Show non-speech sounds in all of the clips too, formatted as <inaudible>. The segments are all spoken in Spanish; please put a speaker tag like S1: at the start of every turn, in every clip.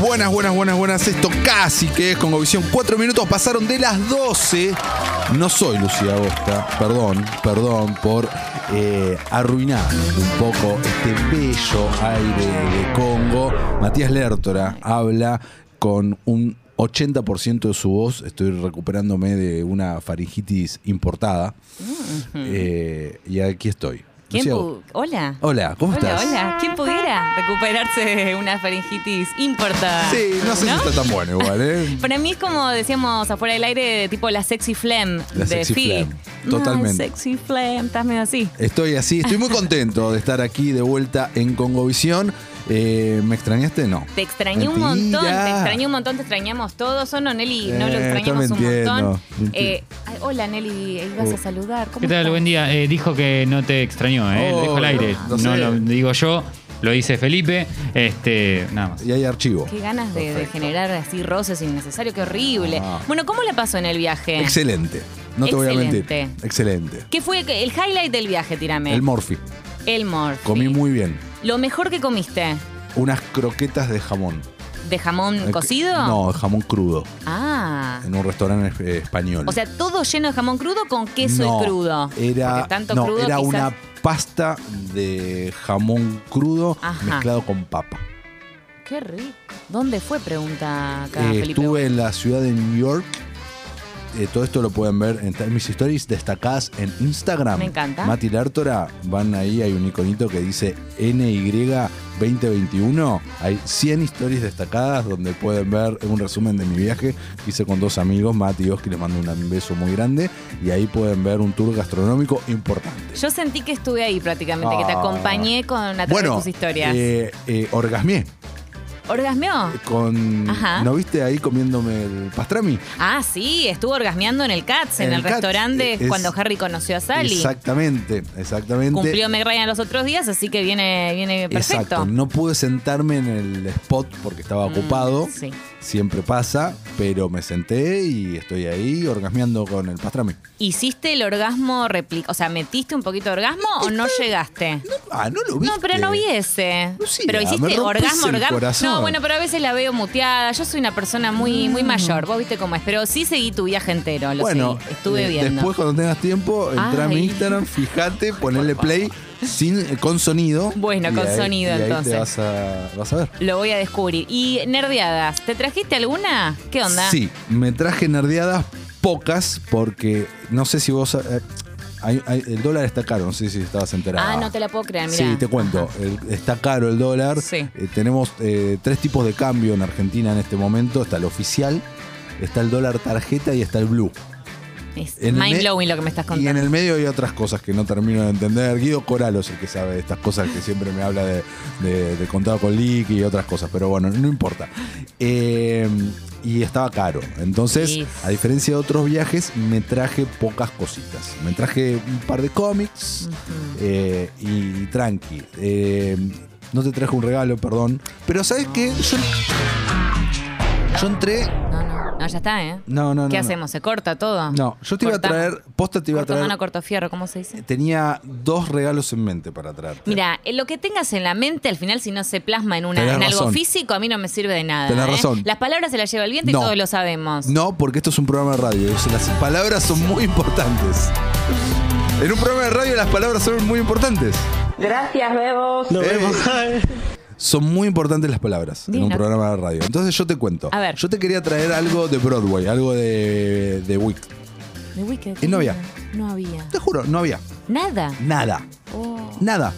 S1: Buenas, buenas, buenas, buenas. Esto casi que es Congovisión. Cuatro minutos pasaron de las 12. No soy Lucía Agosta. Perdón, perdón por eh, arruinar un poco este bello aire de Congo. Matías Lertora habla con un 80% de su voz. Estoy recuperándome de una faringitis importada. Eh, y aquí estoy.
S2: Mm. ¿Quién
S1: Lucía
S2: pu- hola.
S1: Hola, ¿cómo
S2: Hola,
S1: estás?
S2: hola. ¿Quién pudiera recuperarse de una faringitis importada?
S1: Sí, no sé si está tan bueno igual, ¿eh?
S2: Para mí es como decíamos afuera del aire, tipo la sexy flam
S1: La
S2: de
S1: sexy
S2: Fi.
S1: phlegm, totalmente.
S2: Ay, sexy flam, estás medio así.
S1: Estoy así, estoy muy contento de estar aquí de vuelta en Congovisión. Eh, ¿Me extrañaste? No.
S2: Te extrañé un
S1: Mentira.
S2: montón, te extrañé un montón, te extrañamos todos. ¿O no, Nelly? No, lo
S1: Eh,
S2: extrañamos
S1: yo
S2: un
S1: me entiendo,
S2: montón.
S1: entiendo. Oh.
S2: Eh, ay, hola, Nelly, ibas a saludar. ¿Cómo
S3: ¿Qué tal?
S2: estás?
S3: Buen día. Eh, dijo que no te extrañó, ¿eh?
S1: Oh,
S3: Lo dijo al aire.
S1: no
S3: No,
S1: sé.
S3: lo digo yo, lo dice Felipe. Este, nada más.
S1: Y hay archivo.
S2: Qué ganas de, de
S1: Perfecto.
S2: generar así roces innecesarios, qué horrible.
S1: Ah.
S2: Bueno, ¿cómo la pasó en el viaje?
S1: Excelente. No te voy a mentir.
S2: Excelente.
S1: Excelente.
S2: ¿Qué fue el highlight del viaje, tirame?
S1: El Morphy.
S2: El Morphy.
S1: Comí muy bien.
S2: Lo mejor que comiste,
S1: Unas croquetas de jamón.
S2: ¿de jamón
S1: Eh,
S2: cocido?
S1: No, jamón crudo.
S2: Ah.
S1: En un restaurante es- eh, español.
S2: O sea, todo lleno de jamón crudo con queso
S1: No,
S2: y crudo.
S1: Era,
S2: Porque tanto
S1: no,
S2: crudo
S1: era
S2: quizás-
S1: una pasta de jamón crudo
S2: Ajá.
S1: mezclado con papa.
S2: Qué rico. ¿Dónde fue? Pregunta acá
S1: Eh,
S2: Felipe.
S1: estuve en la ciudad de New York. Eh, todo esto lo pueden ver en, ta- en mis stories destacadas en Instagram.
S2: Me encanta.
S1: Mati Lártora, van ahí, hay un iconito que dice NY2021. Hay 100 stories destacadas donde pueden ver un resumen de mi viaje que hice con dos amigos, Mati y Oski, les mando un beso muy grande. Y ahí pueden ver un tour gastronómico importante.
S2: Yo sentí que estuve ahí prácticamente, que te
S1: Ah.
S2: acompañé con a través de
S1: Bueno,
S2: tus historias.
S1: eh, eh, orgasmié.
S2: ¿Orgasmeó?
S1: Con,
S2: Ajá.
S1: ¿No viste ahí comiéndome el pastrami?
S2: Ah, sí, estuvo orgasmeando en el Cats, en
S1: En
S2: el,
S1: el Cats,
S2: restaurante
S1: eh, es-
S2: cuando Harry conoció a Sally.
S1: Exactamente, exactamente.
S2: Cumplió Meg Ryan los otros días, así que viene, viene perfecto. Mm,
S1: Exacto, no pude sentarme en el spot porque estaba ocupado.
S2: sí.
S1: Siempre pasa, pero me senté y estoy ahí orgasmeando con el pastrami.
S2: ¿Hiciste el orgasmo replica? O sea, ¿metiste un poquito de orgasmo o no llegaste?
S1: Ah, Este, no lo vi.
S2: No, pero no vi ese.
S1: Lucía,
S2: pero
S1: me
S2: hiciste
S1: rompes
S2: orgasmo,
S1: el
S2: orgasmo.
S1: corazón.
S2: No, bueno, pero a veces la veo muteada. Yo soy una persona muy, muy mayor. Vos viste cómo es. Pero sí seguí tu viaje entero. Lo
S1: Bueno,
S2: seguí. estuve
S1: eh,
S2: viendo.
S1: después cuando tengas tiempo, entra a mi
S2: Ay.
S1: Instagram, fíjate, ponele play sin, eh, con sonido.
S2: Bueno,
S1: y
S2: con
S1: ahí-
S2: sonido,
S1: y ahí
S2: entonces.
S1: Te vas, a, vas a ver.
S2: Lo voy a descubrir. Y nerdeadas, ¿te trajiste alguna? ¿Qué onda?
S1: Sí, me traje nerdeadas pocas porque no sé si vos... eh, hay- hay- el dólar está caro, no sé si estabas enterada.
S2: Ah, no te la puedo creer, mira.
S1: Sí, te cuento. El- está caro el dólar.
S2: Sí.
S1: Eh, tenemos eh, tres tipos de cambio en Argentina en este momento. Está el oficial, está el dólar tarjeta y está el blue.
S2: Es
S1: En el
S2: mind
S1: me-
S2: blowing lo que me
S1: Y
S2: estás
S1: en
S2: contando.
S1: el medio hay otras cosas que no termino de entender. Guido Coralos, el que sabe de estas cosas, que siempre me habla de, de- de contado con liqui y otras cosas, pero bueno, no importa. Eh, y estaba caro. Entonces,
S2: Sí.
S1: a diferencia de otros viajes, me traje pocas cositas. Me traje un par de cómics eh, y tranqui. Eh, no te traje un regalo, perdón. Pero ¿sabes qué? Yo, yo entré.
S2: No, no, no, ya está, ¿eh?
S1: No, no, no.
S2: ¿Qué
S1: no.
S2: hacemos? ¿Se corta todo?
S1: No, yo te iba a
S2: Cortamos.
S1: traer. Posta te iba a
S2: Corto
S1: traer
S2: mano, corto fierro, ¿cómo se dice?
S1: tenía dos regalos en mente para traer.
S2: Mira, eh, lo que tengas en la mente, al final, si no se plasma en, una,
S1: Tenés
S2: en algo
S1: razón.
S2: físico, a mí no me sirve de nada.
S1: Tenés
S2: ¿eh?
S1: razón.
S2: Las palabras se las lleva el viento
S1: No.
S2: y todos lo sabemos.
S1: No, porque esto es un programa de radio. o sea, Las palabras son muy importantes. En un programa de radio las palabras son muy importantes.
S4: Gracias, Bebos.
S1: Eh, Son muy importantes las palabras
S2: Bien,
S1: en un
S2: ¿no?
S1: programa de radio. Entonces yo te cuento.
S2: A ver.
S1: Yo te quería traer algo de Broadway, algo de, de Wick.
S2: De Wicked.
S1: Y no había.
S2: No había.
S1: Te juro, no había
S2: Nada.
S1: nada.
S2: Oh.
S1: Nada.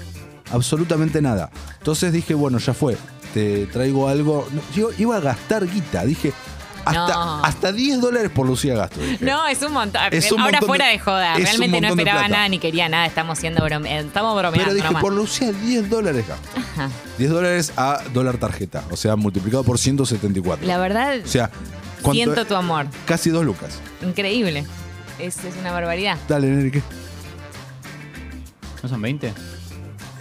S1: Absolutamente nada. Entonces dije, bueno, ya fue. Te traigo algo. No, yo iba a gastar guita. Dije, hasta,
S2: No.
S1: hasta 10 dólares por Lucía Gasto. dije.
S2: No, es un montón.
S1: Es un
S2: Ahora
S1: montón de-
S2: fuera de, joda.
S1: es un
S2: Realmente no
S1: montón de
S2: esperaba
S1: plata.
S2: nada ni quería nada. Estamos siendo brome- estamos bromeando.
S1: Pero dije,
S2: nomás.
S1: por Lucía, 10 dólares gasto.
S2: Ajá.
S1: 10 dólares a dólar tarjeta. O sea, multiplicado por 174.
S2: La verdad,
S1: o sea, ¿cuánto
S2: siento
S1: es?
S2: tu amor.
S1: Casi 2 lucas.
S2: Increíble. Es, es una barbaridad.
S1: Dale, Neri, ¿qué?
S3: ¿No son 20?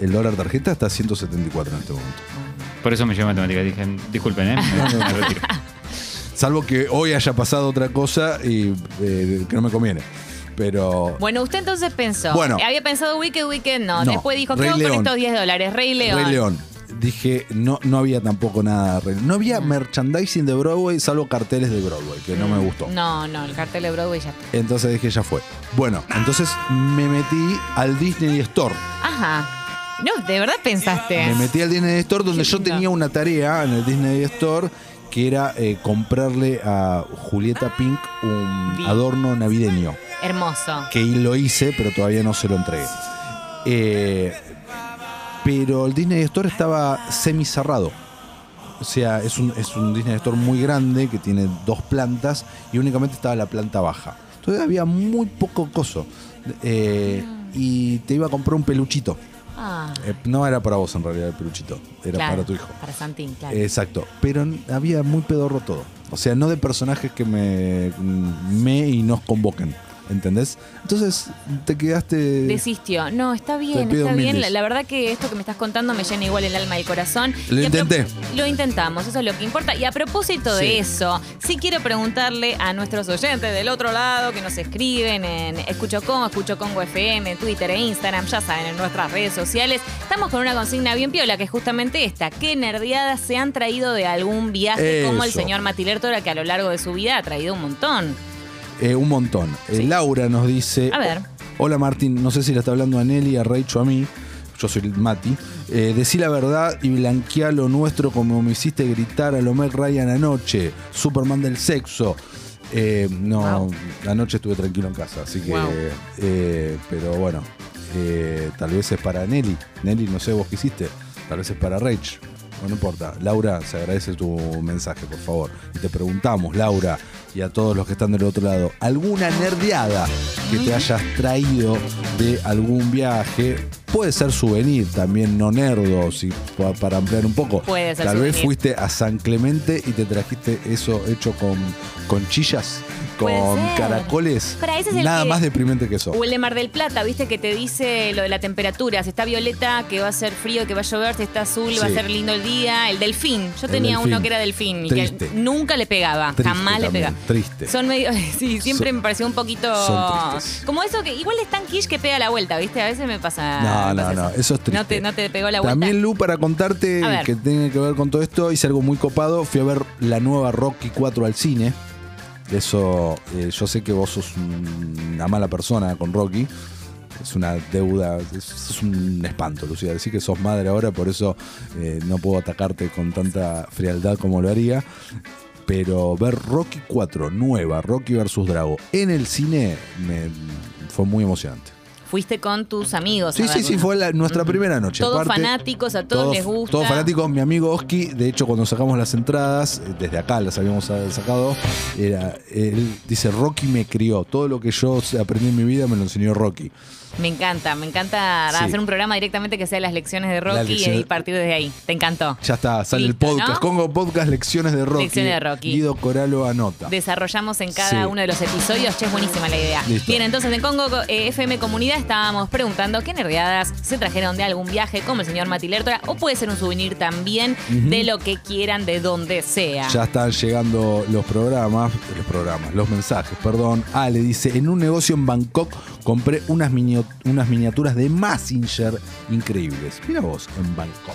S1: El dólar tarjeta está a 174 en este momento.
S3: Por eso me llevé matemáticas. Dije, disculpen, ¿eh? Me- me retiro.
S1: Salvo que hoy haya pasado otra cosa y eh, que no me conviene. Pero
S2: Bueno, usted entonces pensó.
S1: Bueno.
S2: Había pensado Wicked Weekend, no.
S1: No,
S2: Después dijo,
S1: Rey
S2: ¿qué hago con
S1: León.
S2: estos 10 dólares? Rey León.
S1: Rey León. dije, no, no había tampoco nada. re- No había
S2: Mm.
S1: merchandising de Broadway, salvo carteles de Broadway, que no me gustó.
S2: No, no, el cartel de Broadway ya está.
S1: Entonces dije, ya fue. Bueno, entonces me metí al Disney Store.
S2: Ajá. No, de verdad pensaste.
S1: Me metí al Disney Store donde
S2: Qué
S1: yo
S2: lindo.
S1: tenía una tarea en el Disney Store que era eh, comprarle a Julieta Pink un
S2: Bien.
S1: adorno navideño.
S2: Hermoso.
S1: Que lo hice, pero todavía no se lo entregué. Eh, pero el Disney Store estaba semi cerrado. O sea, es un, es un Disney Store muy grande que tiene dos plantas y únicamente estaba la planta baja. Entonces había muy poco coso. Eh, y te iba a comprar un peluchito.
S2: Ah,
S1: Eh, no era para vos en realidad el peluchito, era
S2: claro,
S1: para tu hijo. Eh,
S2: Para Santín, claro.
S1: Exacto, pero n- había muy pedorro todo. O sea, no de personajes que me, me y nos convoquen, ¿entendés? Entonces te quedaste...
S2: Desistió. No, está bien,
S1: pido
S2: está bien.
S1: humildes.
S2: La, la verdad que esto que me estás contando me llena igual el alma y el corazón.
S1: Lo
S2: Y a pro-
S1: intenté.
S2: Lo intentamos, eso es lo que importa. Y a propósito
S1: Sí.
S2: de eso, sí quiero preguntarle a nuestros oyentes del otro lado que nos escriben en Escucho Congo, Escucho Congo FM, Twitter e Instagram, ya saben, en nuestras redes sociales. Estamos con una consigna bien piola, que es justamente esta. ¿Qué nerdeadas se han traído de algún viaje? Como el
S1: Eso.
S2: señor Matilértora, que a lo largo de su vida ha traído un montón.
S1: Eh, un montón. Eh, Laura nos dice...
S2: A ver.
S1: Hola Martín, no sé si le está hablando a Nelly, a Raicho, a mí. Yo soy Mati. Eh, decí la verdad y blanqueá lo nuestro como me hiciste gritar a Lomer Ryan anoche. Superman del sexo. Eh, no,
S2: Wow.
S1: anoche estuve tranquilo en casa, así que...
S2: Wow.
S1: eh, pero bueno, eh, tal vez es para Nelly. Nelly, no sé vos qué hiciste. Tal vez es para Rach. No, no importa. Laura, se agradece tu mensaje, por favor. Y te preguntamos, Laura, y a todos los que están del otro lado, ¿alguna nerdeada que te hayas traído de algún viaje? Puede ser souvenir también, no nerdo, si, pa- para ampliar un poco.
S2: Puede ser
S1: Tal vez
S2: souvenir.
S1: fuiste a San Clemente y te trajiste eso hecho con, con chillas, con
S2: Puede ser.
S1: caracoles.
S2: Para ese es el
S1: Nada
S2: que-
S1: más deprimente que eso.
S2: O el de Mar del Plata, viste que te dice lo de la temperatura, si está violeta, que va a ser frío, que va a llover, si está azul, va a
S1: Sí.
S2: ser lindo el día. El delfín, yo
S1: El
S2: tenía uno
S1: delfín.
S2: que era delfín y
S1: Triste.
S2: que nunca le pegaba,
S1: Triste
S2: jamás le
S1: también,
S2: pegaba.
S1: triste.
S2: Son medio, <laughs> sí, siempre
S1: Son-
S2: me pareció un poquito
S1: son tristes.
S2: como eso que igual es tan quiche que pega la vuelta, ¿viste? A veces me pasa.
S1: No,
S2: me
S1: no,
S2: pasa
S1: no, eso es triste.
S2: No te, no te pegó la vuelta.
S1: También, Lu, para contarte
S2: A ver.
S1: que tiene que ver con todo esto, hice algo muy copado. Fui a ver la nueva Rocky 4 al cine. Eso, eh, yo sé que vos sos un- una mala persona con Rocky. Es una deuda, es, es un espanto, Lucía. Decir que sos madre ahora, por eso eh, no puedo atacarte con tanta frialdad como lo haría. Pero ver Rocky 4, nueva, Rocky vs. Drago, en el cine me, fue muy emocionante.
S2: Fuiste con tus amigos. a
S1: Sí, sí,
S2: verlo.
S1: sí, fue la- nuestra
S2: Ujú.
S1: primera noche.
S2: Todos
S1: Aparte,
S2: fanáticos, a todos, les gusta.
S1: Todos fanáticos, mi amigo Oski, de hecho cuando sacamos las entradas, eh, desde acá las habíamos eh, sacado, era, él dice, Rocky me crió, todo lo que yo aprendí en mi vida me lo enseñó Rocky.
S2: Me encanta, me encanta
S1: Sí.
S2: hacer un programa directamente que sea las lecciones de Rocky
S1: Las lecciones-
S2: y partir desde ahí. Te encantó.
S1: Ya está, sale
S2: Listo,
S1: el podcast,
S2: ¿no?
S1: Congo Podcast, Lecciones de Rocky.
S2: Lecciones de Rocky.
S1: Guido Coralo anota.
S2: Desarrollamos en cada
S1: Sí.
S2: uno de los episodios. Che, es buenísima la idea.
S1: Listo.
S2: Bien, entonces en Congo eh, FM Comunidad estábamos preguntando qué nerdeadas se trajeron de algún viaje, como el señor Mati Lertora, o puede ser un souvenir también de lo que quieran, de donde sea.
S1: Ya están llegando los programas, los programas, los mensajes, perdón. Ah, le dice, en un negocio en Bangkok compré unas, minio- unas miniaturas de Massinger increíbles. Mira vos, en Bangkok.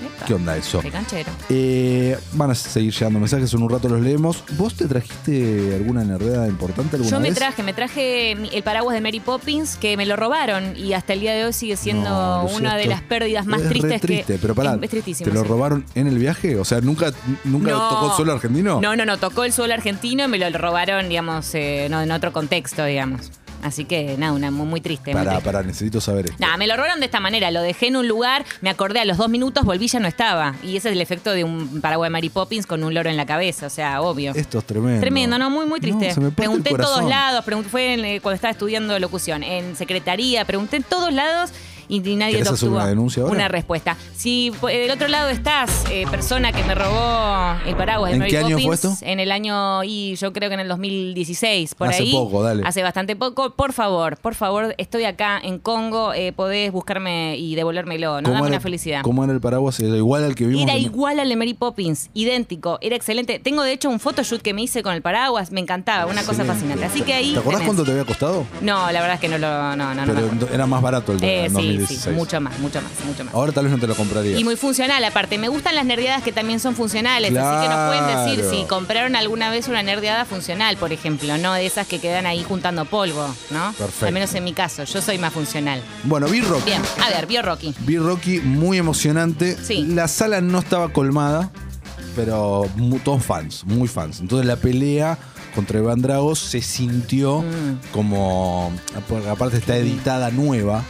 S2: Epa,
S1: ¿Qué onda eso?
S2: De canchero.
S1: Eh, van a seguir llegando mensajes, en un rato los leemos. ¿Vos te trajiste alguna nerdeada importante alguna
S2: Yo me
S1: vez?
S2: traje, me traje mi- el paraguas de Mary Poppins que me lo robaron y hasta el día de hoy sigue siendo
S1: No, Lucía,
S2: una de
S1: esto
S2: las pérdidas más
S1: es re
S2: tristes
S1: triste,
S2: que
S1: pero pará,
S2: es tristísimo.
S1: ¿Te lo
S2: sí.
S1: robaron en el viaje? O sea, ¿nunca, nunca
S2: No.
S1: tocó suelo argentino?
S2: No, no, no, tocó el suelo argentino y me lo robaron, digamos, eh, no, en otro contexto, digamos. Así que nada, una muy, muy triste. muy
S1: Pará,
S2: triste.
S1: pará, necesito saber esto.
S2: Nada, me lo robaron de esta manera, lo dejé en un lugar, me acordé a los dos minutos, volví ya no estaba. Y ese es el efecto de un paraguas de Mary Poppins con un loro en la cabeza, o sea, obvio.
S1: Esto es tremendo.
S2: Tremendo, no, muy, muy triste.
S1: No, se me parte el
S2: pregunté en todos
S1: corazón.
S2: lados, pregunté, fue en, eh, cuando estaba estudiando locución, en secretaría, pregunté en todos lados y, y nadie
S1: ¿Querés hacer
S2: obtuvo
S1: una denuncia ahora?
S2: pues, una respuesta. Si po- eh, del otro lado estás, eh, persona que me robó Paraguas. El Paraguas de
S1: ¿En
S2: Mary
S1: qué año fue
S2: Poppins,
S1: esto?
S2: En el año, y yo creo que en el 2016, por
S1: Hace
S2: ahí.
S1: poco, dale.
S2: Hace bastante poco. Por favor, por favor, estoy acá en Congo, eh, podés buscarme y devolvérmelo. No
S1: ¿Cómo
S2: dame
S1: era-
S2: una felicidad.
S1: ¿Cómo era el paraguas? Era igual al que vimos.
S2: Era
S1: en-
S2: igual al de Mary Poppins, idéntico, era excelente. Tengo de hecho un photoshoot que me hice con el paraguas, me encantaba, una cosa
S1: Excelente.
S2: fascinante. Así que ahí.
S1: ¿Te acordás
S2: tenés.
S1: cuánto te había costado?
S2: No, la verdad es que no lo. No, no, no. me
S1: Pero
S2: acuerdo.
S1: era más barato el de
S2: Eh, sí,
S1: 2016.
S2: sí, mucho más, mucho más, mucho más.
S1: Ahora tal vez no te lo compraría.
S2: Y muy funcional, aparte. Me gustan las nerdeadas que también son funcionales. Así que nos pueden
S1: Claro.
S2: decir si compraron alguna vez una nerdeada funcional, por ejemplo, no de esas que quedan ahí juntando polvo, ¿no?
S1: Perfecto.
S2: Al menos en mi caso, yo soy más funcional.
S1: Bueno, vi Rocky.
S2: Bien, a ver, vio Rocky.
S1: Vi Rocky muy emocionante.
S2: Sí.
S1: La sala no estaba colmada, pero mu- todos fans, muy fans. Entonces la pelea contra Iván Drago se sintió como. porque Aparte está editada nueva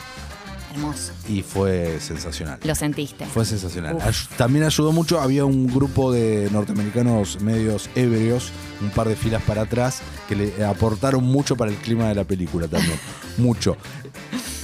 S2: Hermoso.
S1: y fue sensacional.
S2: Lo sentiste.
S1: Fue sensacional.
S2: Uf.
S1: Ay- También ayudó mucho, había un grupo de norteamericanos medios ebrios, un par de filas para atrás, que le aportaron mucho para el clima de la película
S2: <laughs>
S1: también. mucho.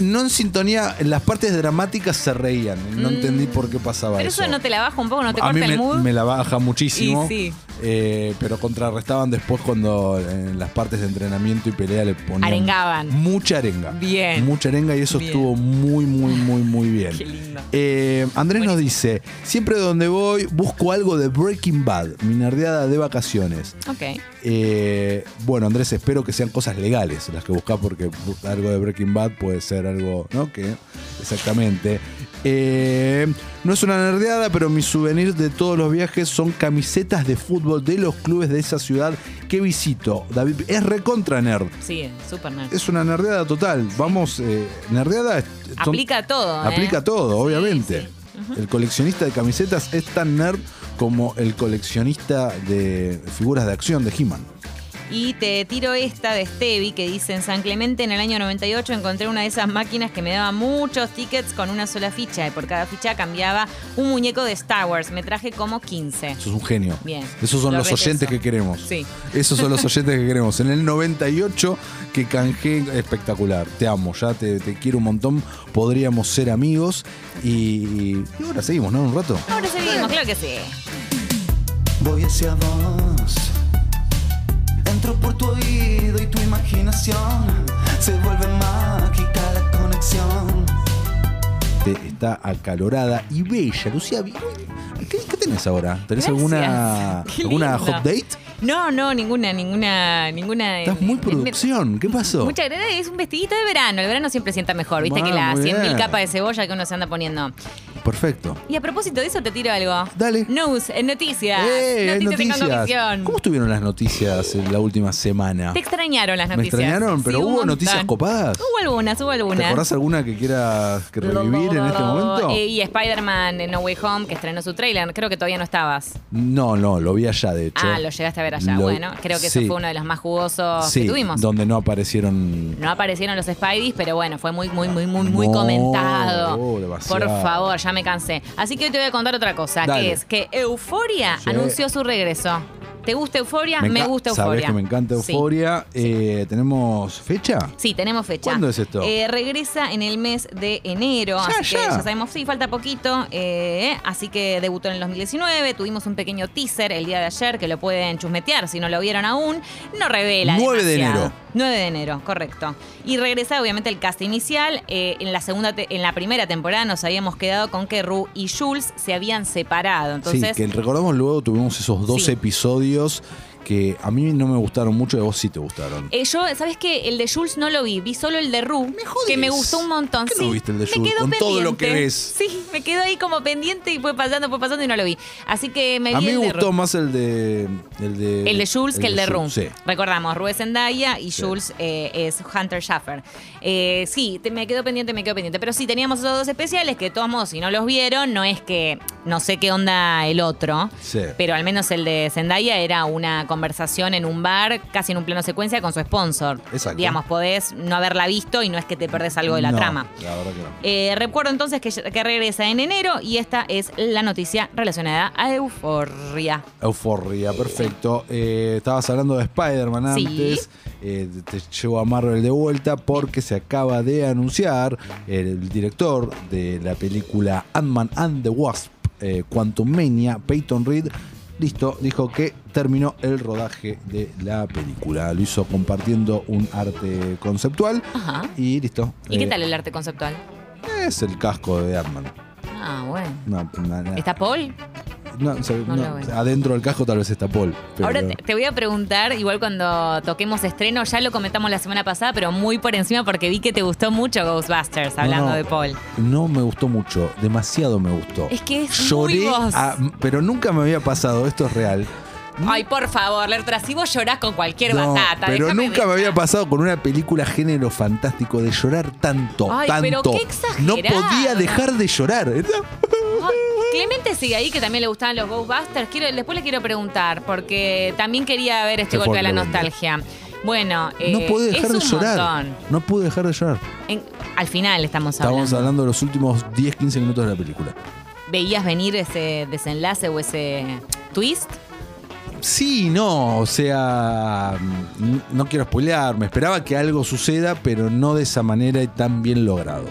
S1: No en sintonía, en las partes dramáticas se reían. No entendí por qué pasaba
S2: Mm. Pero
S1: eso.
S2: eso. no te la baja un poco, no te
S1: A mí
S2: corta
S1: me,
S2: el mood.
S1: me la baja muchísimo.
S2: Y sí.
S1: eh, pero contrarrestaban después cuando en las partes de entrenamiento y pelea le ponían
S2: Arengaban.
S1: mucha arenga.
S2: Bien.
S1: Mucha arenga y eso
S2: Bien.
S1: estuvo muy, muy, muy, muy bien.
S2: Qué lindo.
S1: Eh, Andrés nos dice, siempre donde voy busco algo de Breaking Bad, mi nerdeada de vacaciones.
S2: Ok.
S1: Eh, bueno, Andrés, espero que sean cosas legales las que buscas, porque bu- algo de Breaking Bad puede ser algo, ¿no? Que, exactamente. Eh, no es una nerdeada, pero mis souvenirs de todos los viajes son camisetas de fútbol de los clubes de esa ciudad que visito. David, es recontra nerd.
S2: Sí, súper nerd.
S1: Es una nerdeada total. Vamos, eh, nerdeada. es- son-
S2: Aplica todo. ¿eh?
S1: Aplica todo, obviamente.
S2: sí.
S1: El coleccionista de camisetas es tan nerd como el coleccionista de figuras de acción de He-Man.
S2: Y te tiro esta de Stevie que dice en San Clemente en el año 98 encontré una de esas máquinas que me daba muchos tickets con una sola ficha y por cada ficha cambiaba un muñeco de Star Wars. Me traje como 15.
S1: Eso es un genio.
S2: Bien.
S1: Esos son
S2: Lo
S1: los
S2: reteso.
S1: oyentes que queremos.
S2: Sí.
S1: Esos son
S2: <laughs>
S1: los oyentes que queremos. En el 98 que canjeé espectacular. Te amo, ya te, te quiero un montón. Podríamos ser amigos. Y, y ahora seguimos, ¿no? Un rato.
S2: Ahora seguimos, claro que sí.
S5: Voy hacia vos. Entro por tu oído y tu imaginación. Se vuelve mágica la conexión.
S1: Te- está acalorada y bella. Lucía, bien. ¿qué, qué tenés ahora? ¿Tenés
S2: Gracias.
S1: alguna,
S2: <laughs> Qué
S1: alguna
S2: lindo.
S1: hot date?
S2: No, no, ninguna, ninguna, ninguna.
S1: Estás muy
S2: Eh,
S1: producción. ¿Qué pasó?
S2: Muchas gracias. Es un vestidito de verano. El verano siempre sienta mejor. Viste
S1: Ah,
S2: que las
S1: muy
S2: 100.000
S1: bien.
S2: capas de cebolla que uno se anda poniendo.
S1: Perfecto.
S2: Y a propósito de eso, te tiro algo.
S1: Dale.
S2: News, en noticias.
S1: ¡Eh! hay noticias.
S2: noticias, en Convicción.
S1: ¿Cómo estuvieron las noticias en la última semana?
S2: Te extrañaron las
S1: Me
S2: noticias.
S1: extrañaron, pero
S2: Sí,
S1: hubo
S2: un
S1: noticias
S2: montón.
S1: copadas.
S2: Hubo algunas, hubo algunas.
S1: ¿Te acordás alguna que quieras que revivir en este momento?
S2: Eh, y Spider-Man en No Way Home, que estrenó su tráiler. Creo que todavía no estabas.
S1: No, no, lo vi allá, de hecho.
S2: Ah, lo llegaste a ver allá.
S1: Lo-
S2: Bueno, creo que
S1: sí.
S2: eso fue uno de los más jugosos
S1: Sí,
S2: que tuvimos.
S1: donde no aparecieron...
S2: No aparecieron los Spideys, pero bueno, fue muy, muy, muy, muy, muy
S1: No,
S2: comentado.
S1: oh, demasiado.
S2: Por favor, ya me cansé. Así que hoy te voy a contar otra cosa,
S1: Dale.
S2: que es que Euforia
S1: Sí.
S2: anunció su regreso. ¿Te gusta Euforia? Ah, Me,
S1: enca-
S2: gusta
S1: Sabés
S2: Euforia.
S1: que me encanta Euforia. Eh, ¿Tenemos fecha?
S2: Sí, tenemos fecha.
S1: ¿Cuándo es esto?
S2: Eh, regresa en el mes de enero.
S1: Ya,
S2: así
S1: ya.
S2: que ya sabemos, sí, falta poquito. eh, así que debutó en el 2019. Tuvimos un pequeño teaser el día de ayer que lo pueden chusmetear si no lo vieron aún. No revela.
S1: 9 de
S2: demasiado.
S1: enero.
S2: 9 de enero, correcto. Y regresa obviamente el cast inicial. Eh, en, la segunda te- en la primera temporada nos habíamos quedado con que Ru y Jules se habían separado. Entonces,
S1: sí, que recordamos luego tuvimos esos dos
S2: Sí.
S1: episodios que a mí no me gustaron mucho y a vos sí te gustaron.
S2: Eh, yo, ¿sabes qué? El de Jules no lo vi, vi solo el de Ru,
S1: jodés.
S2: que me gustó un montón.
S1: ¿Qué
S2: sí,
S1: no viste el de
S2: me
S1: Jules?
S2: quedó
S1: Con todo lo
S2: pendiente.
S1: que ves.
S2: Sí, me quedó ahí como pendiente y fue pasando, fue pasando y no lo vi. Así que me vi
S1: A mí me
S2: el de
S1: gustó
S2: Ru.
S1: más el de... El de,
S2: El de Jules que el de Ru.
S1: Jules, Sí.
S2: Recordamos, Ru es Zendaya y
S1: Sí.
S2: Jules eh, es Hunter Schaffer. Eh, sí, te- me quedó pendiente, me quedó pendiente. Pero sí, teníamos esos dos especiales que de todos modos, si no los vieron, no es que no sé qué onda el otro.
S1: Sí.
S2: Pero al menos el de Zendaya era una conversación en un bar, casi en un plano secuencia, con su sponsor.
S1: Exacto.
S2: Digamos, podés no haberla visto y no es que te perdés algo de la
S1: No,
S2: trama.
S1: La verdad que no.
S2: Eh, recuerdo entonces que, que regresa en enero y esta es la noticia relacionada a Euforia.
S1: Euforia, perfecto. Eh, estabas hablando de Spider-Man
S2: Sí.
S1: antes. Eh, te llevo a Marvel de vuelta porque se acaba de anunciar el director de la película Ant-Man and the Wasp, eh, Quantumania, Peyton Reed, Listo, dijo que terminó el rodaje de la película. Lo hizo compartiendo un arte conceptual.
S2: Ajá.
S1: Y listo.
S2: ¿Y qué
S1: Eh,
S2: tal el arte conceptual?
S1: Es el casco de Ant-Man.
S2: Ah, bueno.
S1: No, na- na-
S2: ¿Está Paul?
S1: no, se- no,
S2: no lo veo.
S1: adentro del casco tal vez está Paul. pero-
S2: Ahora te, te voy a preguntar, igual cuando toquemos estreno, ya lo comentamos la semana pasada, pero muy por encima porque vi que te gustó mucho Ghostbusters, hablando
S1: No, no.
S2: de Paul.
S1: No me gustó mucho, demasiado me gustó.
S2: Es que es
S1: Lloré,
S2: muy vos.
S1: a- pero nunca me había pasado, esto es real.
S2: Ay, por favor, Lertra, si vos llorás con cualquier
S1: No,
S2: batata.
S1: pero
S2: déjame
S1: nunca
S2: de-
S1: me había pasado con una película género fantástico de llorar tanto,
S2: Ay, pero
S1: tanto.
S2: qué
S1: no
S2: exagerado.
S1: podía dejar de llorar.
S2: Ay, Ah, Clemente sigue ahí, que también le gustaban los Ghostbusters. Quiero, después le quiero preguntar, porque también quería ver este
S1: Se
S2: golpe
S1: fue
S2: a la
S1: Clemente.
S2: nostalgia. Bueno, eh,
S1: no pude dejar
S2: es
S1: de
S2: un
S1: llorar.
S2: montón.
S1: No pude dejar de llorar.
S2: En- al final estamos hablando.
S1: Estábamos hablando de los últimos 10, 15 minutos de la película.
S2: ¿Veías venir ese desenlace o ese twist?
S1: Sí, no, o sea, n- no quiero spoilear, me esperaba que algo suceda, pero no de esa manera y tan bien logrado.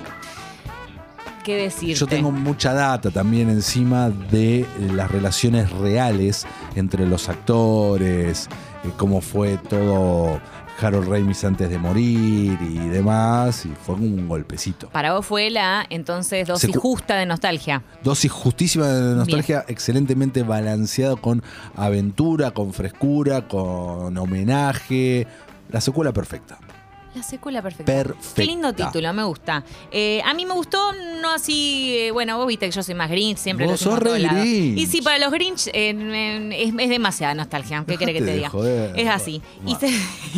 S2: ¿Qué decirte?
S1: Yo tengo mucha data también encima de eh, las relaciones reales entre los actores, eh, cómo fue todo Harold Ramis antes de morir y demás, y fue como un golpecito.
S2: Para vos fue la entonces dosis
S1: Secu-
S2: justa de nostalgia.
S1: Dosis justísima de nostalgia, excelentemente balanceado con aventura, con frescura, con homenaje. La secuela perfecta.
S2: La secuela perfecta.
S1: Perfecta.
S2: Qué lindo título, me gusta. Eh, a mí me gustó, no así, eh, bueno, vos viste que yo soy más Grinch, siempre
S1: Vos
S2: lo decimos
S1: sos
S2: en
S1: re
S2: todos lados.
S1: Grinch.
S2: Y sí, para los Grinch eh, en- es, es demasiada nostalgia, ¿qué querés que
S1: Dejate
S2: te
S1: de
S2: diga?
S1: joder.
S2: es así. Y,
S1: Bueno.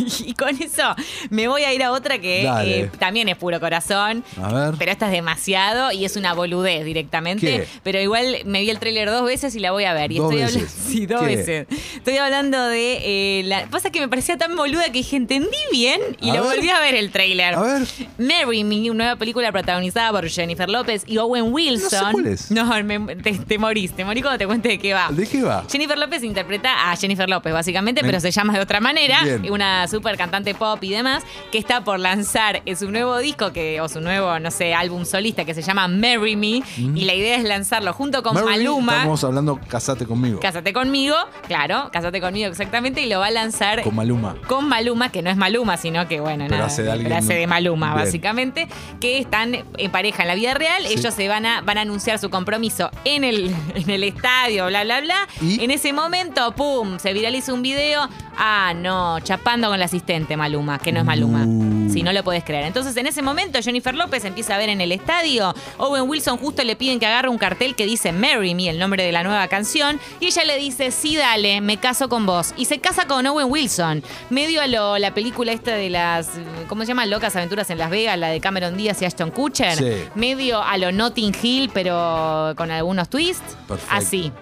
S2: se- <laughs> y con eso me voy a ir a otra que
S1: Dale.
S2: eh, también es puro corazón.
S1: A ver.
S2: Pero esta es demasiado y es una boludez directamente.
S1: ¿Qué?
S2: Pero igual me vi el tráiler dos veces y la voy a ver. Y
S1: Dos
S2: estoy
S1: veces.
S2: hablando. <laughs> Sí, dos
S1: ¿Qué?
S2: veces. Estoy hablando de. eh, la... Pasa que me parecía tan boluda que dije, entendí bien y
S1: A
S2: lo
S1: ver.
S2: volví a ver el tráiler.
S1: A ver.
S2: Mary Me, una nueva película protagonizada por Jennifer López y Owen Wilson.
S1: cuál es.
S2: No, me- te, te morís, te morí cuando te cuente de qué va.
S1: ¿De qué va?
S2: Jennifer López interpreta a Jennifer López, básicamente,
S1: Me-
S2: pero se llama de otra manera.
S1: Bien.
S2: Una super cantante pop y demás, que está por lanzar eh, su nuevo disco que, o su nuevo, no sé, álbum solista que se llama Marry Me. Y la idea es lanzarlo junto con
S1: Mary,
S2: Maluma.
S1: Mm. Estamos hablando Casate conmigo.
S2: Cásate conmigo, claro, cásate conmigo exactamente, y lo va a lanzar
S1: con Maluma.
S2: con Maluma, que no es Maluma, sino que bueno,
S1: Pero
S2: nada,
S1: hace de alguien-
S2: pero hace de Maluma,
S1: Bien.
S2: básicamente, que están en pareja en la vida real,
S1: Sí.
S2: ellos se van a, van a anunciar su compromiso en el, <laughs> en el estadio, bla, bla, bla.
S1: ¿Y?
S2: En ese momento, ¡pum! se viraliza un video. Ah, no, chapando con la asistente Maluma, que no es Maluma.
S1: Uh.
S2: Si no lo podés creer. Entonces, en ese momento, Jennifer López empieza a ver en el estadio. Owen Wilson justo le piden que agarre un cartel que dice Marry Me, el nombre de la nueva canción. Y ella le dice, sí, dale, me caso con vos. Y se casa con Owen Wilson. Medio a lo, la película esta de las, ¿cómo se llama? Locas Aventuras en Las Vegas, la de Cameron Díaz y Ashton Kutcher.
S1: Sí.
S2: Medio a lo Notting Hill, pero con algunos twists.
S1: Perfecto.
S2: Así.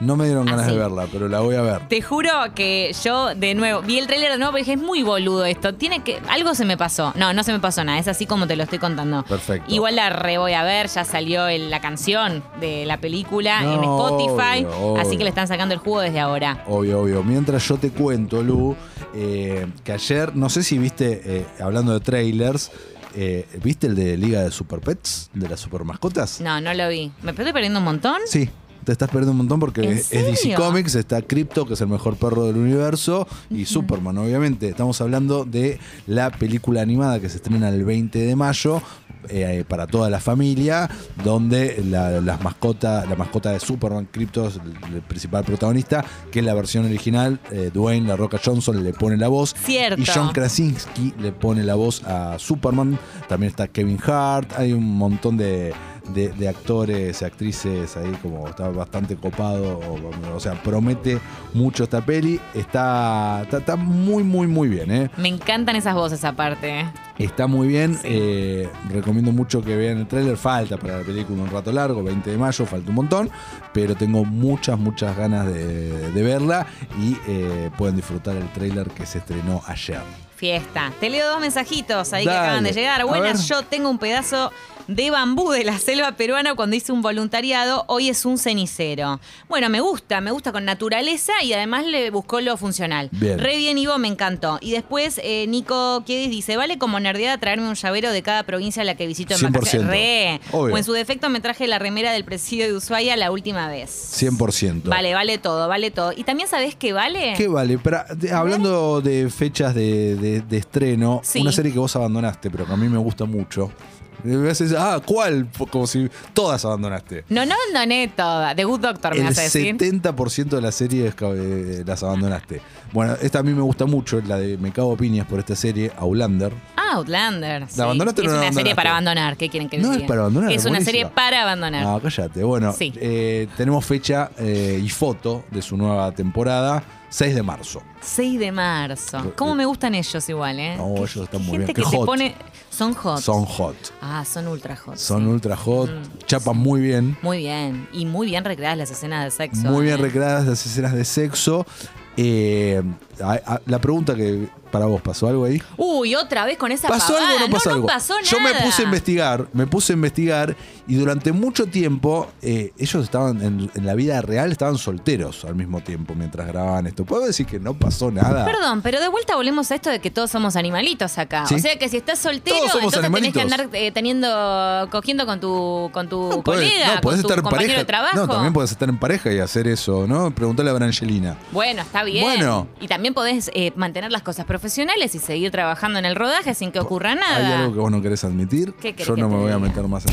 S1: No me dieron ganas
S2: Así.
S1: de verla, pero la voy a ver.
S2: Te juro que yo de nuevo vi el tráiler de nuevo, pero dije es muy boludo esto. Tiene que algo se me pasó. No, no se me pasó nada. Es así como te lo estoy contando.
S1: Perfecto.
S2: Igual la re voy a ver. Ya salió el- la canción de la película
S1: No,
S2: en Spotify,
S1: obvio,
S2: así
S1: obvio.
S2: que le están sacando el jugo desde ahora.
S1: Obvio, obvio. Mientras yo te cuento, Lu, eh, que ayer, no sé si viste, eh, hablando de trailers, eh, ¿viste el de Liga de Super Pets? ¿De las super mascotas?
S2: No, no lo vi. ¿Me estoy perdiendo un montón?
S1: Sí. Te estás perdiendo un montón porque
S2: ¿En
S1: es es DC
S2: serio?
S1: Comics, está Crypto, que es el mejor perro del universo, y Superman, obviamente. Estamos hablando de la película animada que se estrena el 20 de mayo eh, para toda la familia, donde la, las mascota, la mascota de Superman, Crypto, es el, el principal protagonista, que es la versión original. eh, Dwayne La Roca Johnson le pone la voz.
S2: Cierto.
S1: Y John Krasinski le pone la voz a Superman. También está Kevin Hart. Hay un montón de, de- de actores y actrices ahí, como está bastante copado. O, o sea, promete mucho esta peli. Está, está, está muy, muy, muy bien, ¿eh?
S2: Me encantan esas voces aparte. eh.
S1: Está muy bien. eh, recomiendo mucho que vean el tráiler. Falta para la película un rato largo, 20 de mayo, falta un montón. Pero tengo muchas, muchas ganas de, de verla. Y eh, pueden disfrutar el tráiler que se estrenó ayer.
S2: Fiesta. Te leo dos mensajitos ahí que
S1: Dale.
S2: acaban de
S1: A
S2: llegar. Buenas,
S1: ver.
S2: yo tengo un pedazo de bambú de la selva peruana cuando hice un voluntariado, hoy es un cenicero. Bueno, me gusta, me gusta con naturaleza y además le buscó lo funcional.
S1: Bien.
S2: Re bien, Ivo, me encantó. Y después eh, Nico Kiedis dice, vale como nerdeada traerme un llavero de cada provincia a la que visito en
S1: 100%.
S2: vacaciones. Re.
S1: Obvio.
S2: O en su defecto me traje la remera del presidio de Ushuaia la última vez.
S1: 100%.
S2: Vale, vale todo, vale todo. ¿Y también sabés qué vale?
S1: ¿Qué vale? Pero, de- hablando de fechas de, de- de estreno,
S2: Sí.
S1: una serie que vos abandonaste, pero que a mí me gusta mucho. Y me haces, ah, ¿cuál? Como si todas abandonaste.
S2: No, no abandoné toda. The Good Doctor, me
S1: El
S2: vas a decir.
S1: 70% de las series eh, las abandonaste. Bueno, esta a mí me gusta mucho, la de Me cago a piñas por esta serie, Outlander.
S2: Ah, Outlander. sí.
S1: abandonaste o
S2: Es
S1: no la
S2: una serie
S1: abandonaste?
S2: para abandonar. ¿Qué quieren que les
S1: No es
S2: diga?
S1: para abandonar,
S2: Es una
S1: buenísima. Ah.
S2: serie para abandonar.
S1: No, cállate. Bueno,
S2: Sí.
S1: eh, tenemos fecha eh, y foto de su nueva temporada, 6 de marzo.
S2: 6 de marzo. ¿Cómo me gustan ellos igual, eh?
S1: eh, No,
S2: Qué-
S1: ellos están
S2: qué
S1: muy
S2: gente
S1: bien. Qué
S2: que se
S1: hot.
S2: pone. Son hot.
S1: Son hot.
S2: Ah, son ultra hot.
S1: Son
S2: sí. Mm.
S1: ultra hot, chapan muy bien.
S2: Muy bien. Y muy bien recreadas las escenas de sexo.
S1: Muy bien
S2: ¿eh?
S1: recreadas las escenas de sexo. Eh, a- a- la pregunta que para vos, ¿pasó algo ahí?
S2: Uy, otra vez con esa
S1: ¿Pasó
S2: pavada.
S1: algo o no pasó
S2: no,
S1: algo?
S2: No pasó nada.
S1: Yo me puse a investigar, me puse a investigar y durante mucho tiempo eh, ellos estaban en, en la vida real, estaban solteros al mismo tiempo mientras grababan esto. ¿Puedo decir que no pasó nada?
S2: Perdón, pero de vuelta volvemos a esto de que todos somos animalitos acá.
S1: Sí.
S2: O sea que si estás soltero,
S1: Todos somos
S2: entonces tenés que
S1: animalitos.
S2: andar eh, teniendo, cogiendo con tu, con tu
S1: No, podés-
S2: colega,
S1: no, podés
S2: con tu
S1: estar en
S2: compañero
S1: pareja.
S2: de trabajo.
S1: No, también podés estar en pareja y hacer eso, ¿no? Preguntale a Brangelina.
S2: Bueno, está bien.
S1: Bueno.
S2: Y también podés eh, mantener las cosas profesionales y seguir trabajando en el rodaje sin que ocurra nada.
S1: ¿Hay algo que vos no querés admitir?
S2: ¿Qué querés
S1: Yo
S2: que
S1: no
S2: te
S1: me voy a
S2: diga?
S1: meter más en